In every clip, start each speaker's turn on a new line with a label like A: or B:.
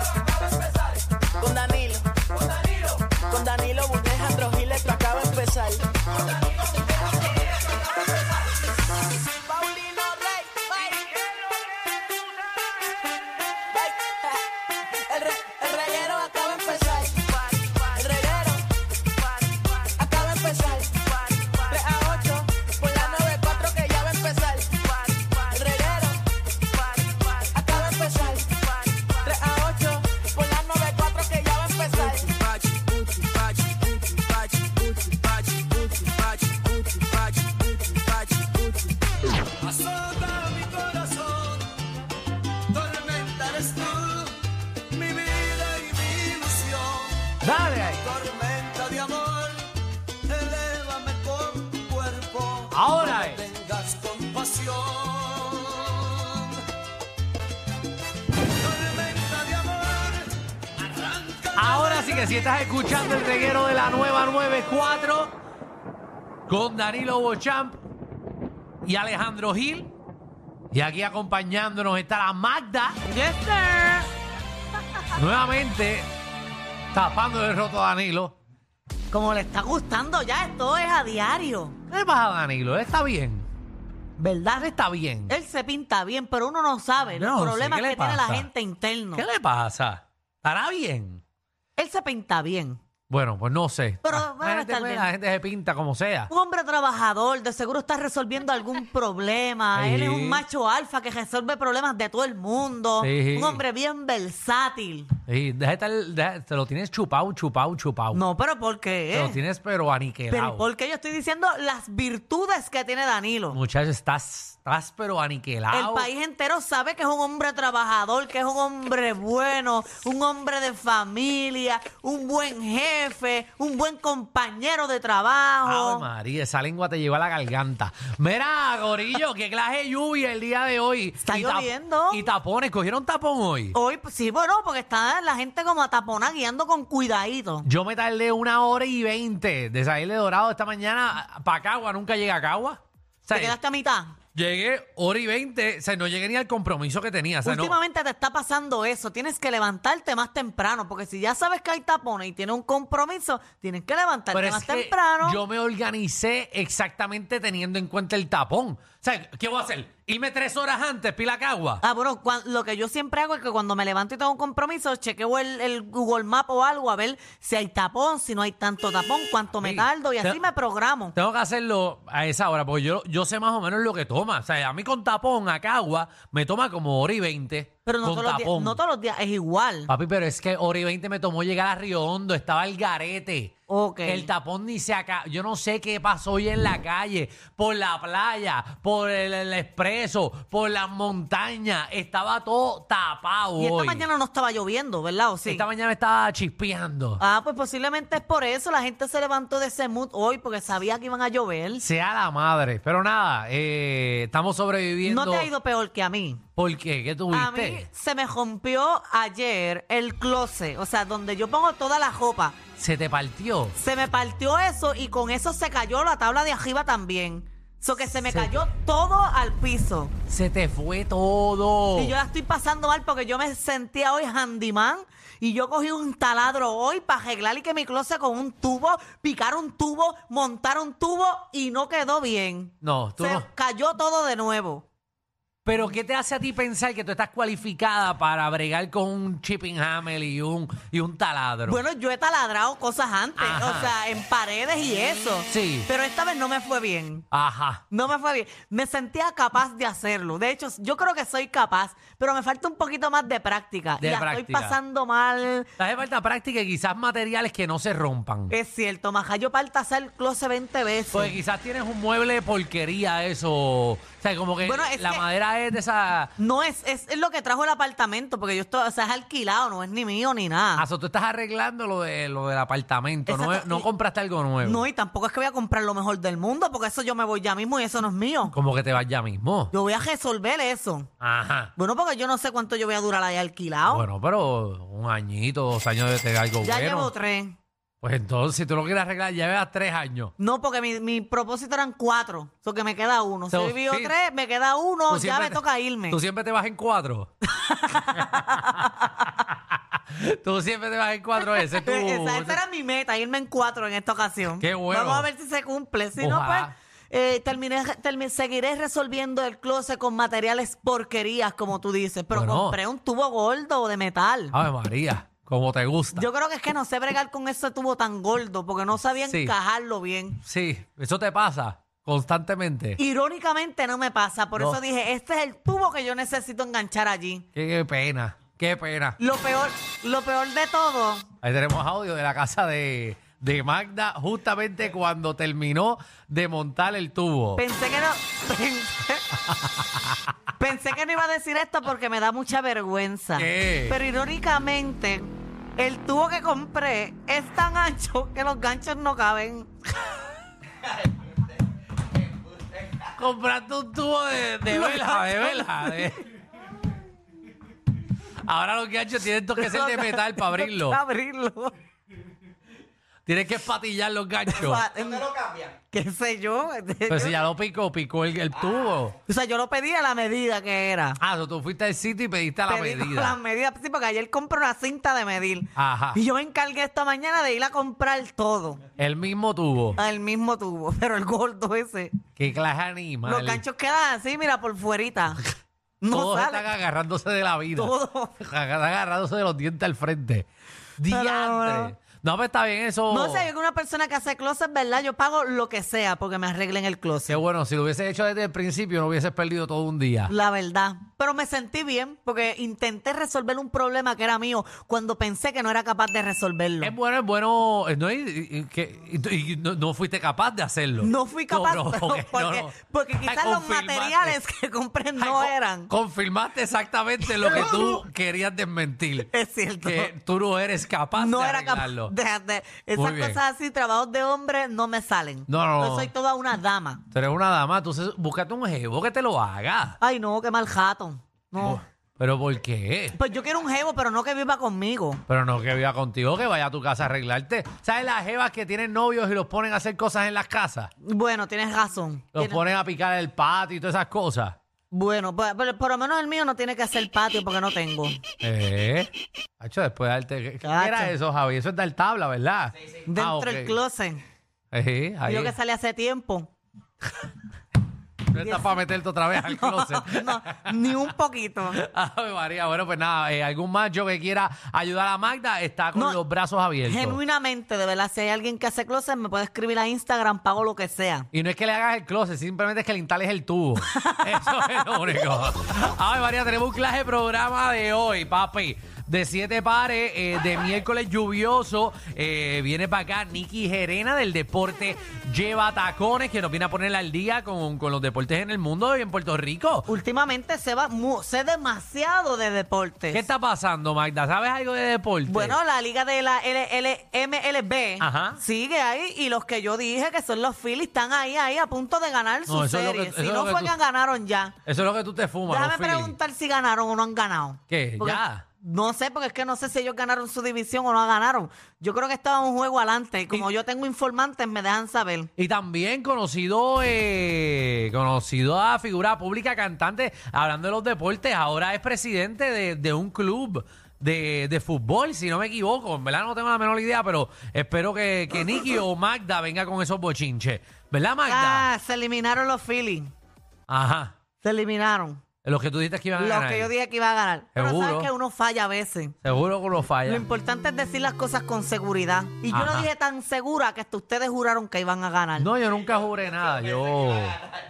A: reguero acaba de empezar. Con Danilo. Con Danilo. Con Danilo y Alejandro Gil esto acaba de empezar. Con Danilo Alejandro Gil esto acaba de empezar. Paulino Rey. El, re- el reguero acaba de empezar. El reguero acaba de empezar. 3 a 8 por la 94 que ya va a empezar. El reguero acaba de empezar. 3 a 8 por la 94 que ya va a empezar.
B: Azota mi corazón, tormenta eres tú, mi vida y mi ilusión.
C: Dale ahí.
B: Tormenta de amor, elévame con tu cuerpo,
C: Ahora es.
B: tengas compasión. Tormenta de amor, arranca.
C: Ahora sí que si estás escuchando el reguero de la nueva 94 con Danilo Bochamp y Alejandro Gil. Y aquí acompañándonos está la Magda. Nuevamente tapando el roto a Danilo.
D: Como le está gustando ya, esto es a diario.
C: ¿Qué le pasa a Danilo? Él está bien.
D: ¿Verdad?
C: Él está bien.
D: Él se pinta bien, pero uno no sabe
C: No sé,
D: los problemas
C: ¿qué le
D: que tiene la
C: pasa?
D: gente interno.
C: ¿Qué le pasa? ¿Estará bien?
D: Él se pinta bien.
C: Bueno, pues no sé.
D: Pero, bueno,
C: la, gente,
D: tal
C: pues,
D: vez.
C: la gente se pinta como sea.
D: Un hombre trabajador, de seguro está resolviendo algún problema.
C: Sí.
D: Él es un macho alfa que resuelve problemas de todo el mundo.
C: Sí.
D: Un hombre bien versátil.
C: Sí, deja estar- deja- te lo tienes chupado, chupado, chupado.
D: No, pero ¿por
C: Te lo
D: qué?
C: tienes pero
D: ¿Eh? Pero
C: aniquilado.
D: porque yo estoy diciendo las virtudes que tiene Danilo.
C: Muchacho, estás, estás pero aniquilado.
D: El país entero sabe que es un hombre trabajador, que es un hombre bueno, un hombre de familia, un buen jefe, un buen compañero de
C: Ave
D: trabajo.
C: María, esa lengua te lleva a la garganta. Mira, Gorillo, qué clase de lluvia el día de hoy.
D: Está
C: Y tap-
D: lloviendo.
C: Y tapones, cogieron tapón hoy.
D: Hoy, pues, sí, bueno, porque está la gente como atapona guiando con cuidadito.
C: Yo me tardé una hora y veinte de salir de Dorado esta mañana para Cagua. Nunca llegué a Cagua. O sea,
D: Te quedaste a mitad.
C: Llegué hora y veinte. O sea, no llegué ni al compromiso que tenía. O sea, no-
D: Últimamente te está pasando eso. Tienes que levantarte más temprano, porque si ya sabes que hay tapones y tienes un compromiso, tienes que levantarte
C: Pero
D: más
C: es que
D: temprano.
C: yo me organicé exactamente teniendo en cuenta el tapón. O sea, ¿qué voy a hacer? Irme tres horas antes, pila cagua.
D: Ah, bueno, cuan- lo que yo siempre hago es que cuando me levanto y tengo un compromiso, chequeo el, el Google Map o algo a ver si hay tapón, si no hay tanto tapón, cuánto me
C: Sí.
D: tardo y
C: Te-
D: así me programo.
C: Tengo que hacerlo a esa hora, porque yo, yo sé más o menos lo que toma. O sea, a mí con tapón a cagua me toma como hora y veinte.
D: Pero no
C: con
D: todos, los días,
C: tapón. Ah,
D: no todos los días es igual.
C: Papi, pero es que hora y veinte me tomó llegar a Río Hondo, estaba el garete.
D: Ok.
C: El tapón ni se acá. Yo no sé qué pasó hoy en la calle, por la playa, por el, el expreso, por las montañas. Estaba todo tapado.
D: y esta
C: hoy.
D: mañana no estaba lloviendo, ¿verdad? ¿O sí?
C: Esta mañana me estaba chispeando.
D: Ah, pues posiblemente es por eso. La gente se levantó de ese mood hoy porque sabía que iban a llover.
C: Sea la madre. Pero nada, eh, estamos sobreviviendo.
D: No te ha ido peor que a mí.
C: ¿Por qué? ¿Qué
D: A
C: tuviste?
D: mí se me rompió ayer el closet, o sea, donde yo pongo toda la ropa.
C: Se te partió.
D: Se me partió eso y con eso se cayó la tabla de arriba también. So que se me
C: Se-
D: cayó todo al piso.
C: Se te fue todo.
D: Y yo la estoy pasando mal porque yo me sentía hoy handyman y yo cogí un taladro hoy para arreglar y que mi closet con un tubo, picar un tubo, montar un tubo y no quedó bien.
C: No, tú
D: se
C: no.
D: cayó todo de nuevo.
C: Pero ¿qué te hace a ti pensar que tú estás cualificada para bregar con un chipping hammer y un, y un taladro?
D: Bueno, yo he taladrado cosas antes,
C: Ajá.
D: o sea, en paredes y eso.
C: Sí.
D: Pero esta vez no me fue bien.
C: Ajá.
D: No me fue bien. Me sentía capaz de hacerlo. De hecho, yo creo que soy capaz, pero me falta un poquito más de práctica.
C: De
D: y la estoy
C: práctica.
D: pasando mal.
C: Te hace falta práctica y quizás materiales que no se rompan.
D: Es cierto, maja. Yo parta hacer el closet 20 veces.
C: Porque quizás tienes un mueble de porquería eso. O sea, como que
D: Bueno, es
C: la
D: que- Ah.
C: madera es de esa...
D: no es, es, es lo que trajo el apartamento, porque yo estoy, o sea, es alquilado, no es ni mío ni nada.
C: Ah, so, tú estás arreglando lo, de, lo del apartamento. No,
D: Exacto.
C: no compraste algo nuevo.
D: No, y tampoco es que voy a comprar lo mejor del mundo, porque eso yo me voy ya mismo y eso no es mío.
C: Como que te vas ya mismo.
D: Yo voy a resolver eso.
C: Ajá.
D: Bueno, porque yo no sé cuánto yo voy a durar ahí alquilado.
C: Bueno, pero un añito, dos años de tener algo
D: ya
C: bueno.
D: llevo tres.
C: Pues entonces, si tú lo quieres arreglar, ya llevas tres años.
D: No, porque mi, mi propósito eran cuatro. O sea, que me queda uno.
C: So,
D: si vivo
C: sí.
D: tres, me queda uno,
C: Tú
D: ya
C: siempre
D: me
C: te-
D: toca irme.
C: Tú siempre te vas en cuatro. tú siempre te vas en cuatro. Ese es tu...
D: Pues, Esa, esa era mi meta, irme en cuatro en esta ocasión.
C: Qué bueno.
D: Vamos a ver si se cumple. Si
C: Ojalá.
D: no, pues eh, terminé, termi- seguiré resolviendo el closet con materiales porquerías, como tú dices. Pero
C: Bueno. Ah,
D: compré un tubo gordo de metal.
C: Ave María, como te gusta.
D: Yo creo que es que no sé bregar con ese tubo tan gordo, porque no sabía
C: Sí.
D: encajarlo bien.
C: Sí, eso te pasa constantemente.
D: Irónicamente no me pasa, por
C: No.
D: eso dije, este es el tubo que yo necesito enganchar allí.
C: Qué, pena, qué pena.
D: Lo peor, lo peor de todo,
C: Ahí tenemos audio de la casa de, de Magda justamente cuando terminó de montar el tubo.
D: pensé que no. Pensé, pensé que no iba a decir esto porque me da mucha vergüenza.
C: ¿Qué?
D: Pero irónicamente, el tubo que compré es tan ancho que los ganchos no caben.
C: Compraste un tubo de, de
D: Lo
C: vela, de vela. de- Ahora los ganchos tienen que ser de metal para abrirlo.
D: Para abrirlo.
C: Tienes que espatillar los ganchos.
D: lo ¿Qué sé yo?
C: Pero si ya lo picó, picó el, el tubo.
D: O sea, yo lo pedí a la medida que era.
C: Ah, so tú fuiste al sitio y pediste la
D: Pedí
C: medida.
D: Las medidas, sí, porque ayer compré una cinta de medir.
C: Ajá.
D: Y yo me encargué esta mañana de ir a comprar todo.
C: El mismo tubo.
D: El mismo tubo, pero el gordo ese.
C: Qué clase animal.
D: Los ganchos quedan así, mira, por fuerita. No
C: Todos
D: sale.
C: están agarrándose de la vida.
D: Todo.
C: Están agarrándose de los dientes al frente. Diantre.
D: bueno.
C: No, pero está bien eso.
D: No sé, yo que una persona que hace closet, ¿verdad? Yo pago lo que sea porque me arreglen el
C: Qué
D: closet.
C: bueno, si lo hubiese hecho desde el principio no hubieses perdido todo un día.
D: La verdad. Pero me sentí bien porque intenté resolver un problema que era mío cuando pensé que no era capaz de resolverlo.
C: Es bueno, es bueno. eh, No, y- y- que- y- y no, no fuiste capaz de hacerlo.
D: No fui capaz,
C: No, no,
D: pero
C: ok, no,
D: porque,
C: no.
D: porque
C: Ay,
D: quizás los
C: confirmaste.
D: materiales que compré
C: Ay,
D: no
C: co-
D: eran.
C: Confirmaste exactamente lo que tú querías desmentir.
D: Es cierto.
C: Que tú no eres capaz
D: no
C: de
D: era capaz
C: arreglarlo.
D: de- de- esas
C: Muy bien.
D: cosas así, trabajos de hombre, no me salen.
C: No, no, no.
D: Yo soy toda una dama.
C: Tú eres una dama, entonces búscate un jevo que te lo haga.
D: Ay, no, qué mal jato. No.
C: Oh, ¿Pero por qué?
D: Pues yo quiero un jevo, pero no que viva conmigo.
C: Pero no que viva contigo, que vaya a tu casa a arreglarte. ¿Sabes las jevas que tienen novios y los ponen a hacer cosas en las casas?
D: Bueno, tienes razón.
C: Los
D: Tienes-
C: ponen a picar el patio y todas esas cosas.
D: Bueno, pues, pero por lo menos el mío no tiene que hacer patio porque no tengo.
C: Eh. Hacho, después de darte. ¿Qué qué era
D: Hacho.
C: eso, Javi? Eso es dar tabla, ¿verdad?
D: Dentro
C: Ah, ok.
D: del closet.
C: Eh, ahí.
D: Yo que sale hace tiempo.
C: No estás para meterte otra vez al closet.
D: No, ni un poquito.
C: Ave María, bueno, pues nada, eh, algún macho que quiera ayudar a Magda está con
D: No,
C: los brazos abiertos.
D: Genuinamente, de verdad, si hay alguien que hace closet, me puede escribir a Instagram, pago lo que sea.
C: Y no es que le hagas el closet, simplemente es que le instales el tubo. Eso es lo único. A ver, María, tenemos un clase de programa de hoy, papi. De siete pares, eh, de miércoles lluvioso, eh, viene para acá Nicky Gerena del deporte Lleva Tacones, que nos viene a poner al día con, con los deportes en el mundo y en Puerto Rico.
D: Últimamente se va, mu- sé demasiado de deportes.
C: ¿Qué está pasando, Magda? ¿Sabes algo de deporte?
D: Pues. Bueno, la liga de la LLMLB
C: Ajá.
D: sigue ahí y los que yo dije que son los Phillies están ahí, ahí a punto de ganar su
C: No, eso es lo
D: serie.
C: que- eso
D: si
C: es
D: no
C: lo que
D: fue
C: tú-
D: que ganaron ya.
C: Eso es lo que tú te fumas.
D: Déjame
C: los Phillies.
D: preguntar si ganaron o no han ganado.
C: ¿Qué?
D: Porque
C: ¿Ya?
D: No sé, porque es que no sé si ellos ganaron su división o no ganaron. Yo creo que estaba un juego adelante y como yo tengo informantes me dejan saber.
C: Y también conocido, eh, conocido a figura pública, cantante, hablando de los deportes, ahora es presidente de, de un club de, de fútbol, si no me equivoco. En verdad no tengo la menor idea, pero espero que, que Nicky o Magda venga con esos bochinches. ¿Verdad, Magda?
D: Ah, se eliminaron los Phillies.
C: Ajá.
D: Se eliminaron.
C: Los que tú dijiste que iban a
D: Lo
C: ganar.
D: que yo dije que iba a ganar. Pero
C: Seguro.
D: sabes que uno falla a veces.
C: Seguro que uno
D: Lo
C: falla.
D: importante es decir las cosas con seguridad. Y yo lo
C: Ajá.
D: dije tan segura que hasta ustedes juraron que iban a ganar.
C: No, yo nunca juré nada. Yo,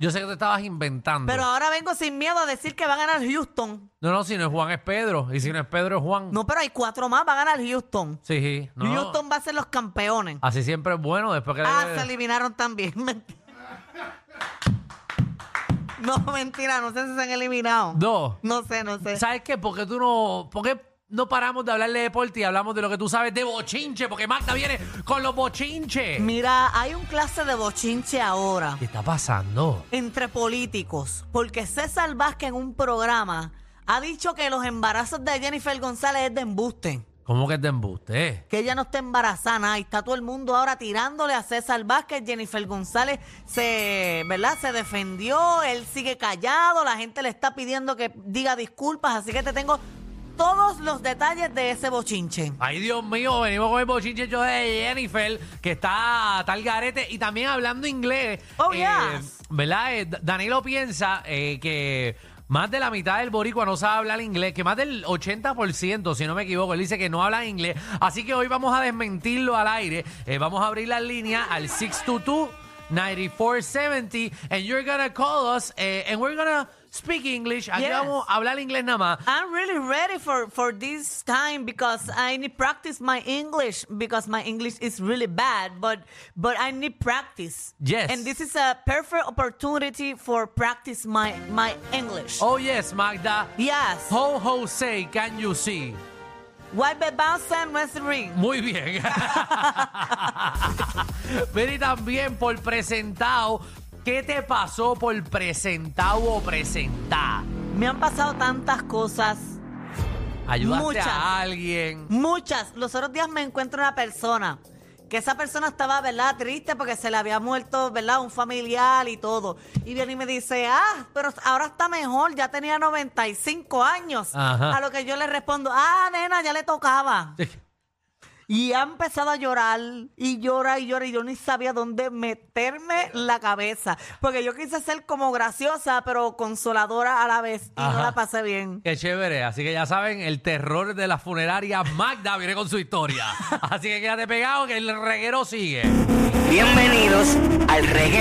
C: yo sé que te estabas inventando.
D: Pero ahora vengo sin miedo a decir que va a ganar Houston.
C: no, no, si no es Juan es Pedro. Y si no es Pedro es Juan.
D: No, pero hay cuatro más, va a ganar Houston.
C: Sí, sí. no. Ah, eh.
D: Houston va a ser los campeones.
C: Así siempre es bueno después que le-
D: Ah, se eliminaron también. Mentira. No, mentira, no sé si se han eliminado.
C: Dos.
D: No sé, no sé.
C: ¿Sabes qué? Porque tú no. ¿Por qué no paramos de hablar de deporte y hablamos de lo que tú sabes de bochinche? Porque Magda viene con los bochinches.
D: Mira, hay un clase de bochinche ahora
C: ¿Qué está pasando?
D: entre políticos, porque César Vázquez en un programa ha dicho que los embarazos de Jennifer González es de embuste,
C: ¿Cómo que te embuste? eh?
D: que ella no está embarazada y está todo el mundo ahora tirándole a César Vázquez. Jennifer González se, ¿verdad? Se defendió, él sigue callado, la gente le está pidiendo que diga disculpas, así que te tengo todos los detalles de ese bochinche.
C: Ay, Dios mío, venimos con el bochinche hecho de Jennifer, que está tal garete, y también hablando inglés. Eh,
D: Oh, yes.
C: ¿Verdad? Eh, D- Danilo piensa eh, que más de la mitad del boricua no sabe hablar inglés, que más del 80%, si no me equivoco, él dice que no habla inglés. Así que hoy vamos a desmentirlo al aire. Eh, vamos a abrir la línea al 622. 9470 and you're gonna call us eh, and we're gonna speak English. Aquí
D: Yes.
C: vamos a hablar inglés nada más.
D: I'm really ready for, for this time because I need practice my English because my English is really bad, but but I need practice.
C: Yes.
D: And this is a perfect opportunity for practice my my English.
C: Oh yes, Magda.
D: Yes.
C: Ho ho say, can you see?
D: Why be bouncing Western Ring?
C: Muy bien. Vení también por presentado. ¿Qué te pasó por presentado o presentar?
D: Me han pasado tantas cosas.
C: ¿Ayudaste
D: Muchas.
C: a alguien?
D: Muchas. Los otros días me encuentro una persona que esa persona estaba, ¿verdad? Triste porque se le había muerto, ¿verdad? Un familiar y todo. Y viene y me dice, ah, pero ahora está mejor, ya tenía 95 años.
C: Ajá.
D: A lo que yo le respondo, ah, nena, ya le tocaba. Y ha empezado a llorar y llora y llora y yo ni sabía dónde meterme la cabeza. Porque yo quise ser como graciosa, pero consoladora a la vez y
C: Ajá.
D: no la pasé bien.
C: Qué chévere. Así que ya saben, el terror de la funeraria Magda viene con su historia. Así que quédate pegado que el reguero sigue.
E: Bienvenidos al reguero.